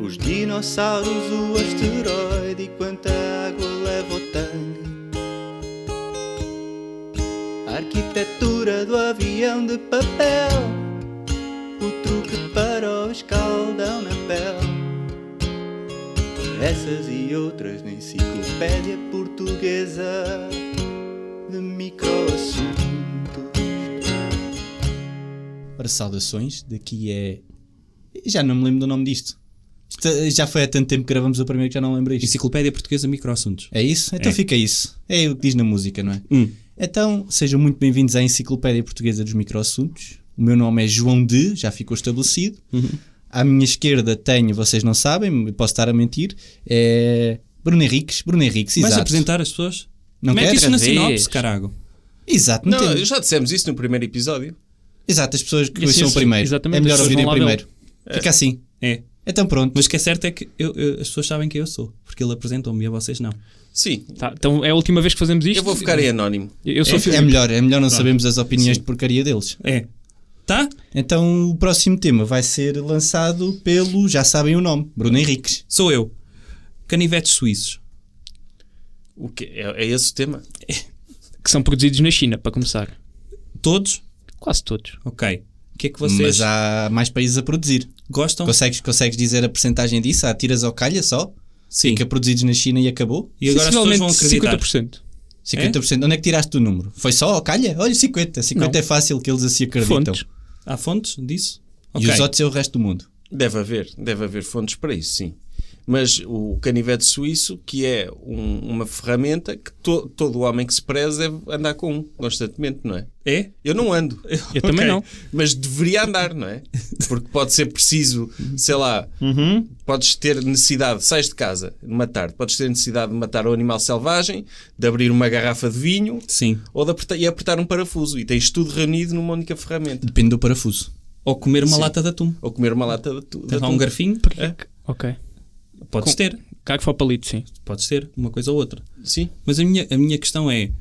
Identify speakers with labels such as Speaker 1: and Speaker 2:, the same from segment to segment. Speaker 1: Os dinossauros, o asteroide e quanta água leva o tanque. A arquitetura do avião de papel, o truque para o escaldão na pele. Essas e outras na enciclopédia portuguesa de microassuntos.
Speaker 2: Ora, saudações, daqui é. Já não me lembro do nome disto. T- Já foi há tanto tempo que gravamos o primeiro que já não lembro isto.
Speaker 3: Enciclopédia Portuguesa Microassuntos.
Speaker 2: É isso? Então
Speaker 3: É.
Speaker 2: fica isso. É o que diz na música, não é? Então, sejam muito bem-vindos à Enciclopédia Portuguesa dos Microassuntos. O meu nome é João de, já ficou estabelecido.
Speaker 3: Uhum.
Speaker 2: À minha esquerda tenho, vocês não sabem, posso estar a mentir, é Bruno Henriques. Bruno Henriques,
Speaker 3: Vais
Speaker 2: exato.
Speaker 3: apresentar as pessoas?
Speaker 2: Não
Speaker 3: Mete
Speaker 2: quer?
Speaker 3: isso na
Speaker 4: Outra vez.
Speaker 3: sinopse, carago.
Speaker 2: Exato, não,
Speaker 5: Não,
Speaker 2: temos.
Speaker 5: já dissemos isso no primeiro episódio.
Speaker 2: Exato, as pessoas que
Speaker 4: Esses-
Speaker 2: conheciam o primeiro.
Speaker 4: exatamente,
Speaker 2: é
Speaker 4: as
Speaker 2: melhor
Speaker 4: pessoas
Speaker 2: ouvirem
Speaker 4: vão lá
Speaker 2: primeiro. Fica assim.
Speaker 3: É.
Speaker 2: Então pronto.
Speaker 3: Mas o que é certo é que eu- eu- as pessoas sabem quem eu sou, porque ele apresentou-me e a vocês não.
Speaker 5: Sim,
Speaker 4: Tá, então é a última vez que fazemos isto.
Speaker 5: eu vou ficar em anónimo.
Speaker 4: Eu sou
Speaker 2: é,
Speaker 4: Filipe.
Speaker 2: melhor, é melhor não sabermos as opiniões de porcaria deles.
Speaker 3: É. Tá?
Speaker 2: Então o próximo tema vai ser lançado pelo, já sabem o nome, Bruno Henriques.
Speaker 3: Sou eu. Canivetes suíços.
Speaker 5: O que é, é esse o tema?
Speaker 4: Que são produzidos na China, para começar.
Speaker 3: Todos?
Speaker 4: Quase todos.
Speaker 3: Ok. O que é que vocês Então.
Speaker 2: Mas há mais países a produzir.
Speaker 3: gostam?
Speaker 2: Consegues, consegues dizer a percentagem disso? Há tiras ao calha só?
Speaker 3: Sim. É?
Speaker 2: Que é produzidos na China e acabou?
Speaker 3: E agora as pessoas vão acreditar.
Speaker 4: 50%.
Speaker 2: 50%. Onde é que tiraste o número? Foi só ao calha? Olha, 50. 50
Speaker 4: Não.
Speaker 2: é fácil que eles assim acreditam.
Speaker 4: Fontes.
Speaker 3: Há fontes disso?
Speaker 2: E os outros é o resto do mundo.
Speaker 5: Deve haver, deve haver fontes para isso, sim. Mas o canivete suíço, que é um- uma ferramenta que to- todo homem que se preza deve andar com um constantemente, não é?
Speaker 3: É?
Speaker 5: Eu não ando.
Speaker 4: Eu também não.
Speaker 5: Mas deveria andar, não é? Porque pode ser preciso, sei lá,
Speaker 2: Uhum.
Speaker 5: podes ter necessidade, sais de casa numa tarde, podes ter necessidade de matar um animal selvagem, de abrir uma garrafa de vinho
Speaker 3: Sim.
Speaker 5: ou de apertar, e apertar um parafuso. E tens tudo reunido numa única ferramenta.
Speaker 2: Depende do parafuso.
Speaker 3: Ou comer uma
Speaker 5: Sim.
Speaker 3: lata de atum.
Speaker 5: Ou comer uma lata de tudo.
Speaker 3: Tens lá um garfinho?
Speaker 4: Ok.
Speaker 3: Podes ter.
Speaker 4: Cago para o palito, sim.
Speaker 3: Podes ter. Uma coisa ou outra.
Speaker 5: Sim.
Speaker 3: Mas a minha, a minha questão é: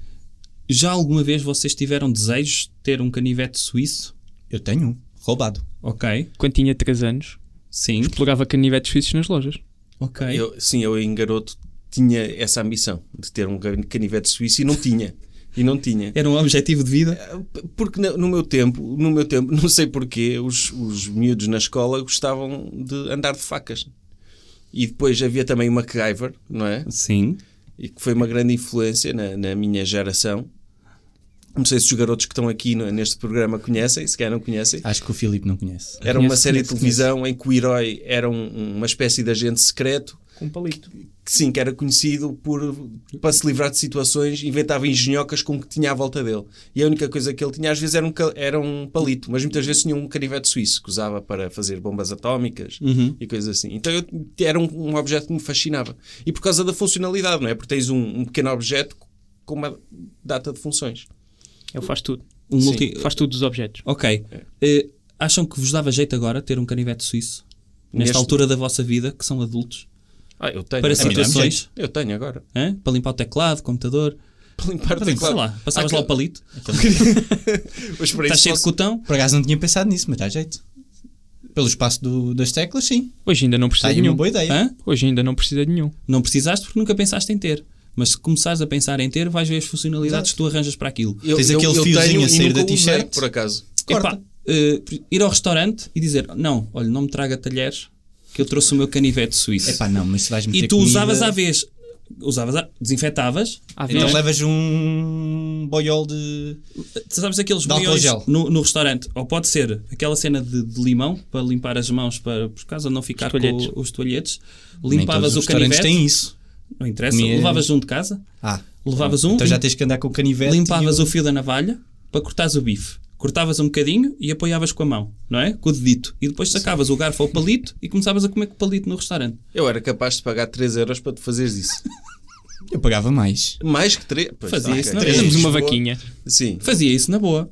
Speaker 3: já alguma vez vocês tiveram desejos de ter um canivete suíço?
Speaker 2: Eu tenho um. Roubado.
Speaker 3: Ok,
Speaker 4: Quando tinha 3 anos,
Speaker 3: sim,
Speaker 4: explorava canivetes suíços nas lojas.
Speaker 3: ok.
Speaker 5: Eu, sim, eu em garoto tinha essa ambição de ter um can- canivete suíço e não tinha. E não tinha.
Speaker 3: Era um objetivo de vida?
Speaker 5: Porque no no meu tempo, no meu tempo, não sei porquê, os, os miúdos na escola gostavam de andar de facas. E depois havia também o MacGyver, não é?
Speaker 3: Sim.
Speaker 5: E que foi uma grande influência na, na minha geração. Não sei se os garotos que estão aqui no- neste programa conhecem, se calhar não conhecem.
Speaker 2: Acho que o Filipe não conhece.
Speaker 5: Era uma
Speaker 4: Conheço,
Speaker 5: série de
Speaker 4: conheço,
Speaker 5: televisão em que o herói era um- uma espécie de agente secreto
Speaker 4: Com um palito.
Speaker 5: que sim, que era conhecido por para se livrar de situações, inventava engenhocas com o que tinha à volta dele. E a única coisa que ele tinha às vezes era um, ca- era um palito, mas muitas vezes tinha um canivete suíço que usava para fazer bombas atómicas
Speaker 3: Uhum.
Speaker 5: e coisas assim. Então eu, era um, um objeto que me fascinava. E por causa da funcionalidade, não é? Porque tens um, um pequeno objeto com uma data de funções.
Speaker 4: Ele faz tudo.
Speaker 3: Um
Speaker 5: Sim,
Speaker 3: multi...
Speaker 4: Faz tudo dos objetos.
Speaker 3: Ok. Eh, acham que vos dava jeito agora ter um canivete suíço? Nesta
Speaker 5: Neste-
Speaker 3: altura da vossa vida, que são adultos,
Speaker 5: Ah, eu tenho.
Speaker 3: para
Speaker 5: A mim dá-me
Speaker 3: situações
Speaker 5: jeito. Eu tenho agora.
Speaker 3: hã? para limpar o teclado, computador,
Speaker 5: Para limpar o
Speaker 3: sei
Speaker 5: teclado.
Speaker 3: lá, passavas
Speaker 5: Ah,
Speaker 3: lá o palito,
Speaker 5: Mas
Speaker 3: estás
Speaker 5: para isso
Speaker 3: cheio de
Speaker 5: posso-
Speaker 3: cotão,
Speaker 2: Por acaso não tinha pensado nisso, mas dá jeito. Pelo espaço do- das teclas, sim.
Speaker 4: Hoje ainda
Speaker 3: Tá
Speaker 4: não
Speaker 2: Está
Speaker 4: precisa
Speaker 3: um
Speaker 2: aí
Speaker 4: de
Speaker 2: uma
Speaker 4: nenhum.
Speaker 2: boa ideia.
Speaker 3: hã?
Speaker 4: Hoje ainda não precisa de nenhum.
Speaker 3: não precisaste porque nunca pensaste em ter. Mas se começares a pensar em ter, vais ver as funcionalidades que tu arranjas para aquilo.
Speaker 5: Eu,
Speaker 2: Tens
Speaker 5: eu,
Speaker 2: aquele
Speaker 5: eu
Speaker 2: fiozinho
Speaker 5: tenho
Speaker 2: a
Speaker 5: e
Speaker 2: sair da
Speaker 5: nunca usei,
Speaker 2: t-shirt.
Speaker 5: Por acaso.
Speaker 2: Corta.
Speaker 3: Epá, eh, ir ao restaurante e dizer: Não, olha, não me traga talheres, que eu trouxe o meu canivete suíço.
Speaker 2: Epá, não, mas se vais meter
Speaker 3: e tu
Speaker 2: comida-
Speaker 3: usavas à vez, usavas à- desinfetavas.
Speaker 4: À vez,
Speaker 2: Então levas um boiol de...
Speaker 3: Tu sabes aqueles
Speaker 2: De álcool
Speaker 3: boiões
Speaker 2: gel.
Speaker 3: no, no restaurante, ou pode ser aquela cena de, de limão para limpar as mãos para por causa de não ficar
Speaker 4: Os toalhetes.
Speaker 3: com os toalhetes,
Speaker 2: Nem todos
Speaker 3: limpavas
Speaker 2: os
Speaker 3: o
Speaker 2: restaurantes
Speaker 3: canivete,
Speaker 2: têm isso.
Speaker 3: não interessa,
Speaker 2: Minha-
Speaker 3: levavas um de casa,
Speaker 2: Ah,
Speaker 3: levavas um,
Speaker 2: então já tens que andar com o canivete.
Speaker 3: limpavas
Speaker 2: e um.
Speaker 3: o fio da navalha para cortares o bife. Cortavas um bocadinho e apoiavas com a mão, não é? Com o dedito. E depois sacavas o garfo ao palito e começavas a comer com o palito no restaurante.
Speaker 5: Eu era capaz de pagar 3 euros para tu fazeres isso.
Speaker 2: Eu pagava mais.
Speaker 5: Mais que 3. Pois, tá,
Speaker 3: Fazia
Speaker 5: ok.
Speaker 3: isso, não é?
Speaker 5: Três,
Speaker 4: fazemos uma
Speaker 5: boa.
Speaker 4: vaquinha.
Speaker 5: Sim.
Speaker 3: Fazia isso na boa.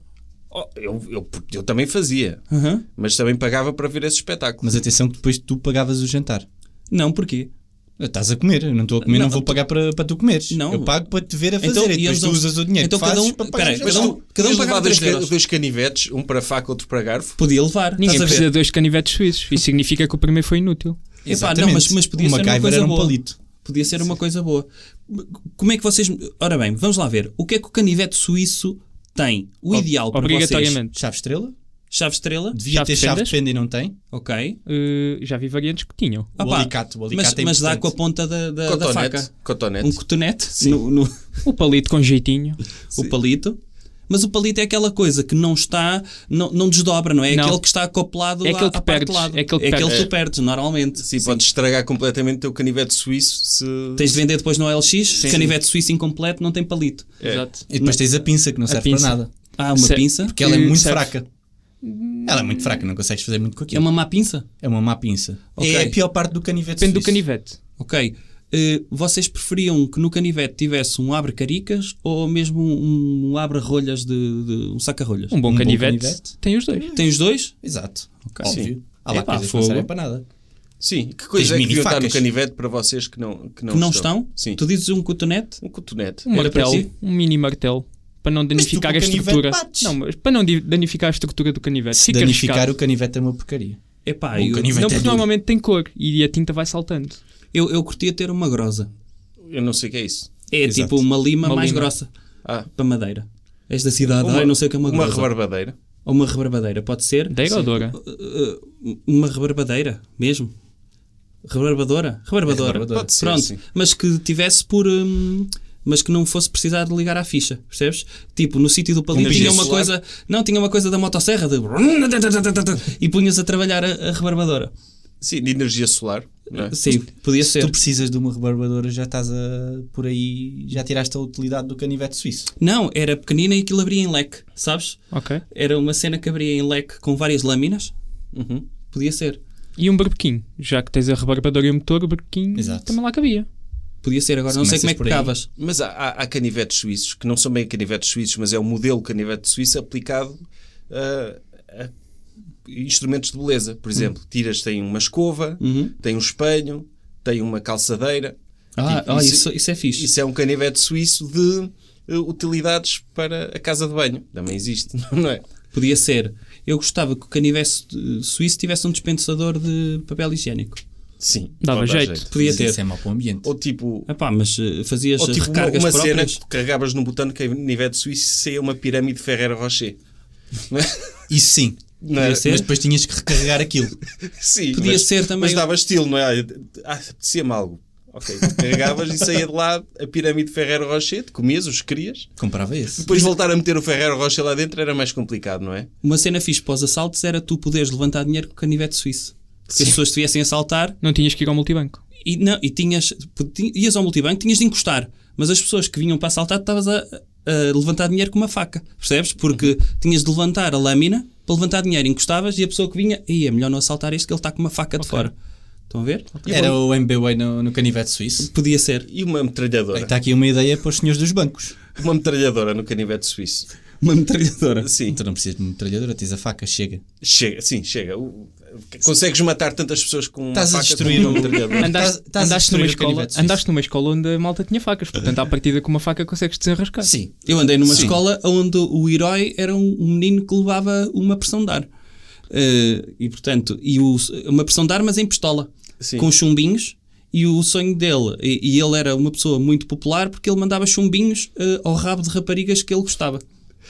Speaker 5: Oh, Eu, eu, eu também fazia.
Speaker 3: Aham.
Speaker 5: Mas também pagava para ver esse espetáculo.
Speaker 2: Mas atenção que depois tu pagavas o jantar.
Speaker 3: Não, porquê?
Speaker 2: Estás a comer, eu não estou a comer, não,
Speaker 3: Não,
Speaker 2: vou
Speaker 3: tu-
Speaker 2: pagar para, para tu comeres.
Speaker 3: Não.
Speaker 2: Eu pago para te ver a fazer
Speaker 3: Então,
Speaker 2: e
Speaker 3: e
Speaker 2: depois
Speaker 3: eles
Speaker 2: tu
Speaker 3: dão-
Speaker 2: usas o dinheiro
Speaker 3: então
Speaker 2: que
Speaker 3: cada
Speaker 2: fazes
Speaker 3: um-
Speaker 2: para pagar
Speaker 3: peraí,
Speaker 2: o
Speaker 5: Mas
Speaker 2: jantar.
Speaker 3: cada
Speaker 5: tu
Speaker 3: um- cada um
Speaker 5: podias
Speaker 3: pagava
Speaker 5: levar dois,
Speaker 3: três euros.
Speaker 5: ca- dois canivetes, um para faca, outro para garfo.
Speaker 3: Podia levar.
Speaker 4: Ninguém
Speaker 3: Estás a ver?
Speaker 4: precisa de dois canivetes suíços. Isso significa que o primeiro foi inútil.
Speaker 3: Epá, não, mas, mas podia
Speaker 2: o
Speaker 3: ser uma
Speaker 2: MacGyver
Speaker 3: coisa
Speaker 2: era um
Speaker 3: boa.
Speaker 2: palito.
Speaker 3: Podia ser uma coisa boa. Como é que vocês. Ora bem, vamos lá ver. O que é que o canivete suíço tem? O ideal para vocês.
Speaker 4: Obrigatoriamente.
Speaker 2: Chave estrela?
Speaker 3: Chave estrela?
Speaker 2: Devia
Speaker 4: Chave
Speaker 2: ter
Speaker 4: de
Speaker 2: chave
Speaker 4: fendas?
Speaker 2: de fenda e não tem.
Speaker 3: Ok.
Speaker 4: Eh, já vi variantes que tinham.
Speaker 2: O
Speaker 3: pá,
Speaker 2: alicate, o alicate
Speaker 3: mas,
Speaker 2: é
Speaker 3: mas dá
Speaker 2: importante.
Speaker 3: com a ponta da, da- Ah, da
Speaker 5: Cotonete.
Speaker 3: faca.
Speaker 5: Cotonete. Tipo,
Speaker 3: Um cotonete no, no-
Speaker 4: O palito com jeitinho.
Speaker 3: o palito. Mas o palito é aquela coisa que não está, não, não desdobra, não é? É
Speaker 4: Não.
Speaker 3: aquele que está acoplado
Speaker 4: É
Speaker 3: à-
Speaker 4: aquele
Speaker 3: à
Speaker 4: que
Speaker 3: parte de
Speaker 4: perdes,
Speaker 3: lado.
Speaker 4: é aquele que
Speaker 3: que
Speaker 4: perdes.
Speaker 3: tu perdes, normalmente.
Speaker 5: Sim, podes estragar completamente o teu canivete suíço se...
Speaker 3: Tens de vender depois no OLX, canivete suíço incompleto, não tem palito.
Speaker 4: Exato.
Speaker 2: E depois tens a pinça que não serve
Speaker 4: pinça.
Speaker 2: para nada.
Speaker 3: Ah, uma
Speaker 4: Se-
Speaker 3: pinça?
Speaker 2: Porque ela é
Speaker 4: Que
Speaker 2: muito
Speaker 4: serve.
Speaker 2: fraca. Ela é muito fraca, não consegues fazer muito com
Speaker 3: É
Speaker 2: aquilo.
Speaker 3: uma má pinça?
Speaker 2: É uma má pinça.
Speaker 3: Ok.
Speaker 2: É a pior parte do canivete
Speaker 4: Depende do
Speaker 2: suíço.
Speaker 4: canivete.
Speaker 3: Ok. Eh, vocês preferiam que no canivete tivesse um abre-caricas ou mesmo um, um abre-rolhas de, de- um saca-rolhas?
Speaker 4: Um bom,
Speaker 2: bom
Speaker 4: canivete,
Speaker 2: canivete.
Speaker 4: tem os dois.
Speaker 3: Tem os dois?
Speaker 2: Exato.
Speaker 3: Ok.
Speaker 2: Óbvio. Há lá
Speaker 3: Epá,
Speaker 2: coisas que não
Speaker 3: fogo.
Speaker 2: servem para nada.
Speaker 5: Sim, que coisa é que
Speaker 2: mini
Speaker 5: devia estar no
Speaker 2: facas.
Speaker 5: canivete para vocês que não, que não,
Speaker 3: que não estão?
Speaker 5: É Sim.
Speaker 3: Tu dizes um cotonete?
Speaker 5: Um cotonete.
Speaker 4: Um
Speaker 3: Era para
Speaker 4: martelo,
Speaker 3: si?
Speaker 4: um mini martelo, para não danificar
Speaker 2: com
Speaker 4: a
Speaker 2: o canivete
Speaker 4: estrutura.
Speaker 2: bates.
Speaker 4: Não, mas para não di- danificar a estrutura do canivete.
Speaker 2: Se
Speaker 4: Fica
Speaker 2: danificar
Speaker 4: arriscado.
Speaker 2: o canivete é uma porcaria.
Speaker 3: Epá,
Speaker 2: Um
Speaker 3: eu,
Speaker 2: canivete. é
Speaker 4: Não, porque
Speaker 2: duro.
Speaker 4: normalmente tem cor e a tinta vai saltando.
Speaker 3: eu, eu curtia ter uma grosa.
Speaker 5: Eu não sei o que é isso.
Speaker 3: É
Speaker 2: Exato.
Speaker 3: tipo uma lima
Speaker 4: Uma
Speaker 3: mais
Speaker 4: lima.
Speaker 3: grossa
Speaker 5: Ah,
Speaker 3: para madeira. És da cidade, ai, não sei o que é uma,
Speaker 5: uma
Speaker 3: grosa.
Speaker 5: rebarbadeira.
Speaker 3: Ou uma rebarbadeira, pode ser?
Speaker 4: Deira ou doura?
Speaker 3: Uh, uma rebarbadeira, mesmo. Rebarbadora? Rebarbadora.
Speaker 2: rebarbadora.
Speaker 5: Pode ser,
Speaker 3: Pronto,
Speaker 5: sim.
Speaker 3: mas que tivesse por. hum, mas que não fosse precisar de ligar à ficha, percebes? Tipo, no sítio do palito
Speaker 5: brilho
Speaker 3: tinha uma
Speaker 5: solar.
Speaker 3: coisa. Não, tinha uma coisa da motosserra de. E punhas a trabalhar a, a rebarbadora.
Speaker 5: Sim, de energia solar. não é?
Speaker 3: Sim, podia
Speaker 2: Se tu
Speaker 3: ser.
Speaker 2: precisas de uma rebarbadora, já estás a, por aí, já tiraste a utilidade do canivete suíço.
Speaker 3: Não, era pequenina e aquilo abria em leque, sabes?
Speaker 4: Ok.
Speaker 3: Era uma cena que abria em leque com várias lâminas. Uhum, Podia ser.
Speaker 4: E um barbequinho. Já que tens a rebarbadora e o motor, o barbequinho
Speaker 2: Exato.
Speaker 4: também lá cabia.
Speaker 3: Podia ser, agora
Speaker 2: Se
Speaker 3: não sei
Speaker 2: começas
Speaker 3: como é que
Speaker 2: por aí.
Speaker 3: pegavas.
Speaker 5: Mas há, há, há canivetes suíços que não são bem canivetes suíços, mas é o modelo canivete suíço aplicado ah, a instrumentos de beleza. Por exemplo, tiras, tem uma escova,
Speaker 3: Uhum.
Speaker 5: tem um espelho, tem uma calçadeira.
Speaker 3: Ah,
Speaker 5: Tipo,
Speaker 3: ah,
Speaker 5: isso-
Speaker 3: isso, isso é fixe.
Speaker 5: Isso é um canivete suíço de eh, utilidades para a casa de banho. Também existe, não é?
Speaker 3: Podia ser. Eu gostava que o canivete eh, suíço tivesse um dispensador de papel higiênico.
Speaker 5: Sim.
Speaker 4: Dava
Speaker 5: pode dar
Speaker 4: jeito.
Speaker 3: Podia
Speaker 2: Mas
Speaker 3: ter.
Speaker 2: Isso é mau para o ambiente.
Speaker 5: Ou tipo,
Speaker 3: Ah pá, mas eh, fazias
Speaker 5: ou tipo uma,
Speaker 3: recargas
Speaker 5: uma cena
Speaker 3: próprias.
Speaker 5: que tu carregavas num botão que é canivete suíço e saía uma pirâmide de Ferreira Rocher. Não é?
Speaker 2: Isso sim.
Speaker 5: Não é?
Speaker 3: Podia ser.
Speaker 2: Mas depois tinhas que recarregar aquilo.
Speaker 5: Sim,
Speaker 3: Podia
Speaker 5: mas,
Speaker 3: ser também
Speaker 5: Mas
Speaker 3: o-
Speaker 5: dava estilo, não é? Ah, apetecia-me algo. Ok, tu carregavas e saía de lá a pirâmide de Ferreiro Rocher, te comias os que querias.
Speaker 2: Comprava esse.
Speaker 5: Depois voltar a meter o Ferreiro Rocher lá dentro era mais complicado, não é?
Speaker 3: Uma cena fixe para os assaltos era tu poderes levantar dinheiro com o canivete suíço. Porque as pessoas te viessem assaltar
Speaker 4: Não tinhas que ir ao multibanco.
Speaker 2: É
Speaker 3: e, não, e tinhas, podi- ias ao multibanco, tinhas de encostar. Mas as pessoas que vinham para assaltar, tu estavas a, a levantar dinheiro com uma faca. Percebes? Porque
Speaker 5: Uhum.
Speaker 3: tinhas de levantar a lâmina para levantar dinheiro, encostavas e a pessoa que vinha, e é melhor não assaltar este que ele está com uma faca de fora. Estão a ver?
Speaker 2: Era o MBWay no, no canivete suíço.
Speaker 3: Podia ser.
Speaker 5: E uma
Speaker 2: Bem,
Speaker 5: metralhadora.
Speaker 2: Está aqui uma ideia para os senhores dos bancos.
Speaker 5: Uma metralhadora no canivete suíço.
Speaker 3: Uma metralhadora.
Speaker 5: Sim,
Speaker 2: Então não precisas de uma metralhadora, tens a faca, chega.
Speaker 5: chega, sim, chega. O- Consegues matar tantas pessoas com uma
Speaker 2: Estás a
Speaker 5: faca
Speaker 2: destruir
Speaker 5: com uma
Speaker 2: o-
Speaker 5: metralhadora.
Speaker 4: Andaste,
Speaker 2: Estás- estás tá- a
Speaker 4: andaste
Speaker 2: destruir
Speaker 4: numa
Speaker 2: o
Speaker 4: escola,
Speaker 2: canivete suíço.
Speaker 4: andaste numa escola onde a malta tinha facas. Portanto, à partida com uma faca consegues desenrascar.
Speaker 2: Sim.
Speaker 3: Eu andei numa escola onde o herói era um, um menino que levava uma pressão de ar. Eh, e portanto, e o- uma pressão de ar, mas em pistola,
Speaker 5: Sim.
Speaker 3: com chumbinhos. E o sonho dele, e, e ele era uma pessoa muito popular porque ele mandava chumbinhos eh, ao rabo de raparigas que ele gostava.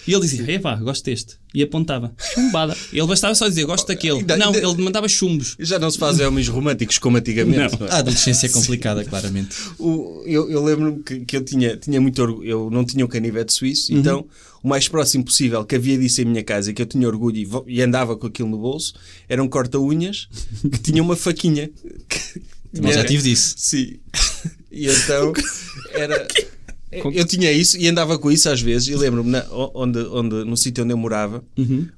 Speaker 3: E ele dizia: Epá, gosto deste. E apontava.
Speaker 4: Chumbada.
Speaker 3: Ele bastava só dizer: Gosto daquele.
Speaker 5: ainda-
Speaker 3: Não,
Speaker 5: ainda-
Speaker 3: ele mandava chumbos.
Speaker 5: Já não se fazem homens românticos como antigamente. não é?
Speaker 2: A adolescência é complicada, claramente.
Speaker 5: O- eu eu lembro-me que, que eu tinha, tinha muito orgulho, eu não tinha o canivete suíço,
Speaker 2: Uhum.
Speaker 5: então o mais próximo possível que havia disso em minha casa e que eu tinha orgulho e, vo- e andava com aquilo no bolso era um corta-unhas que tinha uma faquinha. Que,
Speaker 2: Também já
Speaker 3: é.
Speaker 5: era-
Speaker 2: tive disso.
Speaker 5: Sim. E então era. Eu tinha isso e andava com isso às vezes. E lembro-me, na- o- onde, onde, no sítio onde eu morava,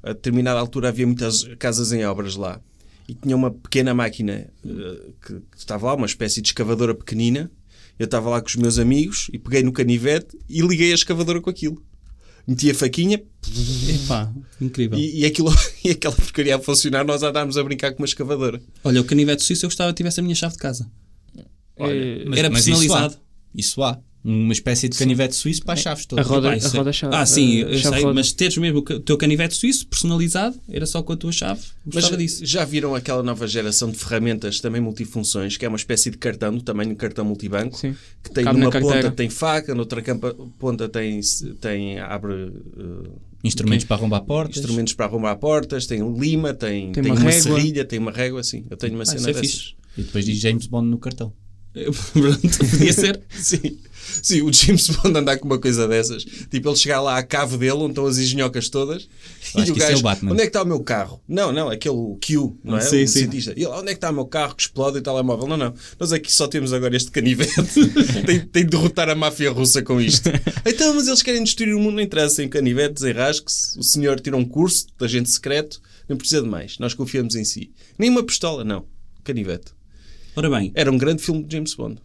Speaker 5: a determinada altura havia muitas casas em obras lá. E tinha uma pequena máquina eh, que, que estava lá, uma espécie de escavadora pequenina. Eu estava lá com os meus amigos e peguei no canivete e liguei a escavadora com aquilo. Meti a faquinha
Speaker 3: Epá, incrível.
Speaker 5: e, e aquilo, e aquela porcaria a funcionar. Nós andámos a brincar com uma escavadora.
Speaker 3: Olha, o canivete suíço eu gostava que tivesse a minha chave de casa.
Speaker 4: Eh,
Speaker 2: Mas-
Speaker 3: era
Speaker 2: mas isso há.
Speaker 3: personalizado. É.
Speaker 2: Isso há. Uma espécie de canivete suíço para as chaves
Speaker 4: A
Speaker 2: todas. é
Speaker 4: roda,
Speaker 3: Vai,
Speaker 4: a
Speaker 3: sei.
Speaker 4: roda chave.
Speaker 3: Ah, sim, eu
Speaker 4: a chave
Speaker 3: sei,
Speaker 4: roda.
Speaker 3: mas teres mesmo o ca- teu canivete suíço personalizado, era só com a tua chave. Gostava
Speaker 5: Mas
Speaker 3: disso.
Speaker 5: já viram aquela nova geração de ferramentas também multifunções, que é uma espécie de cartão, do tamanho de um cartão multibanco,
Speaker 4: Sim.
Speaker 5: que tem
Speaker 4: Cabe na
Speaker 5: numa
Speaker 4: carteira.
Speaker 5: ponta tem faca, noutra campa- ponta tem, tem abre eh,
Speaker 2: Instrumentos para arrombar portas.
Speaker 5: instrumentos para arrumar portas, tem um lima, tem,
Speaker 4: Tem
Speaker 5: tem
Speaker 4: uma
Speaker 5: uma,
Speaker 4: régua.
Speaker 5: serrilha, tem uma régua, assim. Eu tenho
Speaker 3: Ah,
Speaker 5: uma
Speaker 3: isso
Speaker 5: cena
Speaker 3: é
Speaker 5: dessas.
Speaker 3: fixe.
Speaker 2: E depois diz James Bond no cartão.
Speaker 3: Pronto, podia ser.
Speaker 5: Sim. Sim, o James Bond andar com uma coisa dessas. Tipo, ele chegar lá à cave dele, onde estão as engenhocas todas.
Speaker 2: Eu acho que isso é o Batman.
Speaker 5: onde é que está o meu carro? Não, não, aquele Q, não é?
Speaker 3: Sim,
Speaker 5: o
Speaker 3: sim.
Speaker 5: cientista. E ele, onde é que está o meu carro que explode e o telemóvel? Não, não. Nós aqui só temos agora este canivete. tem, tem de derrotar a máfia russa com isto. Então, mas eles querem destruir o mundo, não interessa. Em canivetes, em rasques. O senhor tira um curso de agente secreto. Não precisa de mais. Nós confiamos em si. Nem uma pistola, não. Canivete.
Speaker 3: Ora bem,
Speaker 5: Era um grande filme de James Bond.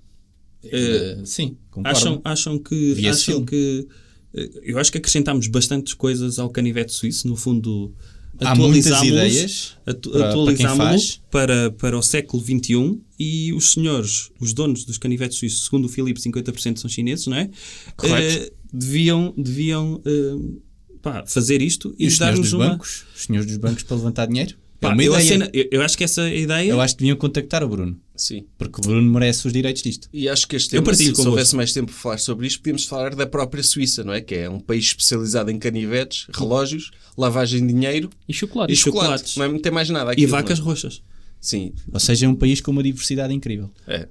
Speaker 2: Eh, sim, concordo.
Speaker 3: acham, acham que.
Speaker 2: Vi esse
Speaker 3: Acham
Speaker 2: filme.
Speaker 3: que eh, eu acho que acrescentámos bastantes coisas ao canivete suíço, no fundo.
Speaker 2: Há muitas
Speaker 3: atualizámos-los-
Speaker 2: ideias
Speaker 3: atu-
Speaker 2: para- para quem
Speaker 3: atualizámos-lo
Speaker 2: faz.
Speaker 3: para, para o século XXI e os senhores, os donos dos canivetes suíços, segundo o Filipe, 50% são chineses, não é?
Speaker 5: Correto.
Speaker 3: Eh, deviam deviam eh, pá, fazer isto e,
Speaker 2: E os senhores
Speaker 3: dar-nos
Speaker 2: dos
Speaker 3: uma.
Speaker 2: bancos? Os senhores dos bancos para levantar dinheiro?
Speaker 3: Pá,
Speaker 2: é uma
Speaker 3: eu,
Speaker 2: ideia.
Speaker 3: acena- eu- eu acho que essa é ideia.
Speaker 2: Eu acho que deviam contactar o Bruno.
Speaker 5: Sim.
Speaker 2: Porque o Bruno merece os direitos disto.
Speaker 5: E acho que este
Speaker 3: Eu
Speaker 5: tema,
Speaker 3: partilho
Speaker 5: se, se
Speaker 3: convosco.
Speaker 5: houvesse mais tempo para falar sobre isto, podíamos falar da própria Suíça, não é? Que é um país especializado em canivetes, relógios, lavagem de dinheiro
Speaker 4: E
Speaker 5: e,
Speaker 4: chocolate.
Speaker 5: chocolate.
Speaker 3: chocolates.
Speaker 5: Não, é, não tem mais nada aqui.
Speaker 3: e vacas roxas.
Speaker 5: Sim,
Speaker 2: Ou seja, é um país com uma diversidade incrível.
Speaker 5: é.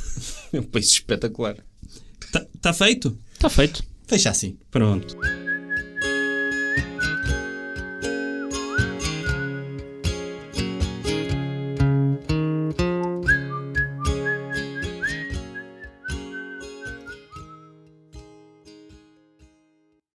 Speaker 5: É um país espetacular.
Speaker 3: Está Tá, feito?
Speaker 4: Está Tá feito.
Speaker 2: Fecha assim.
Speaker 3: Pronto.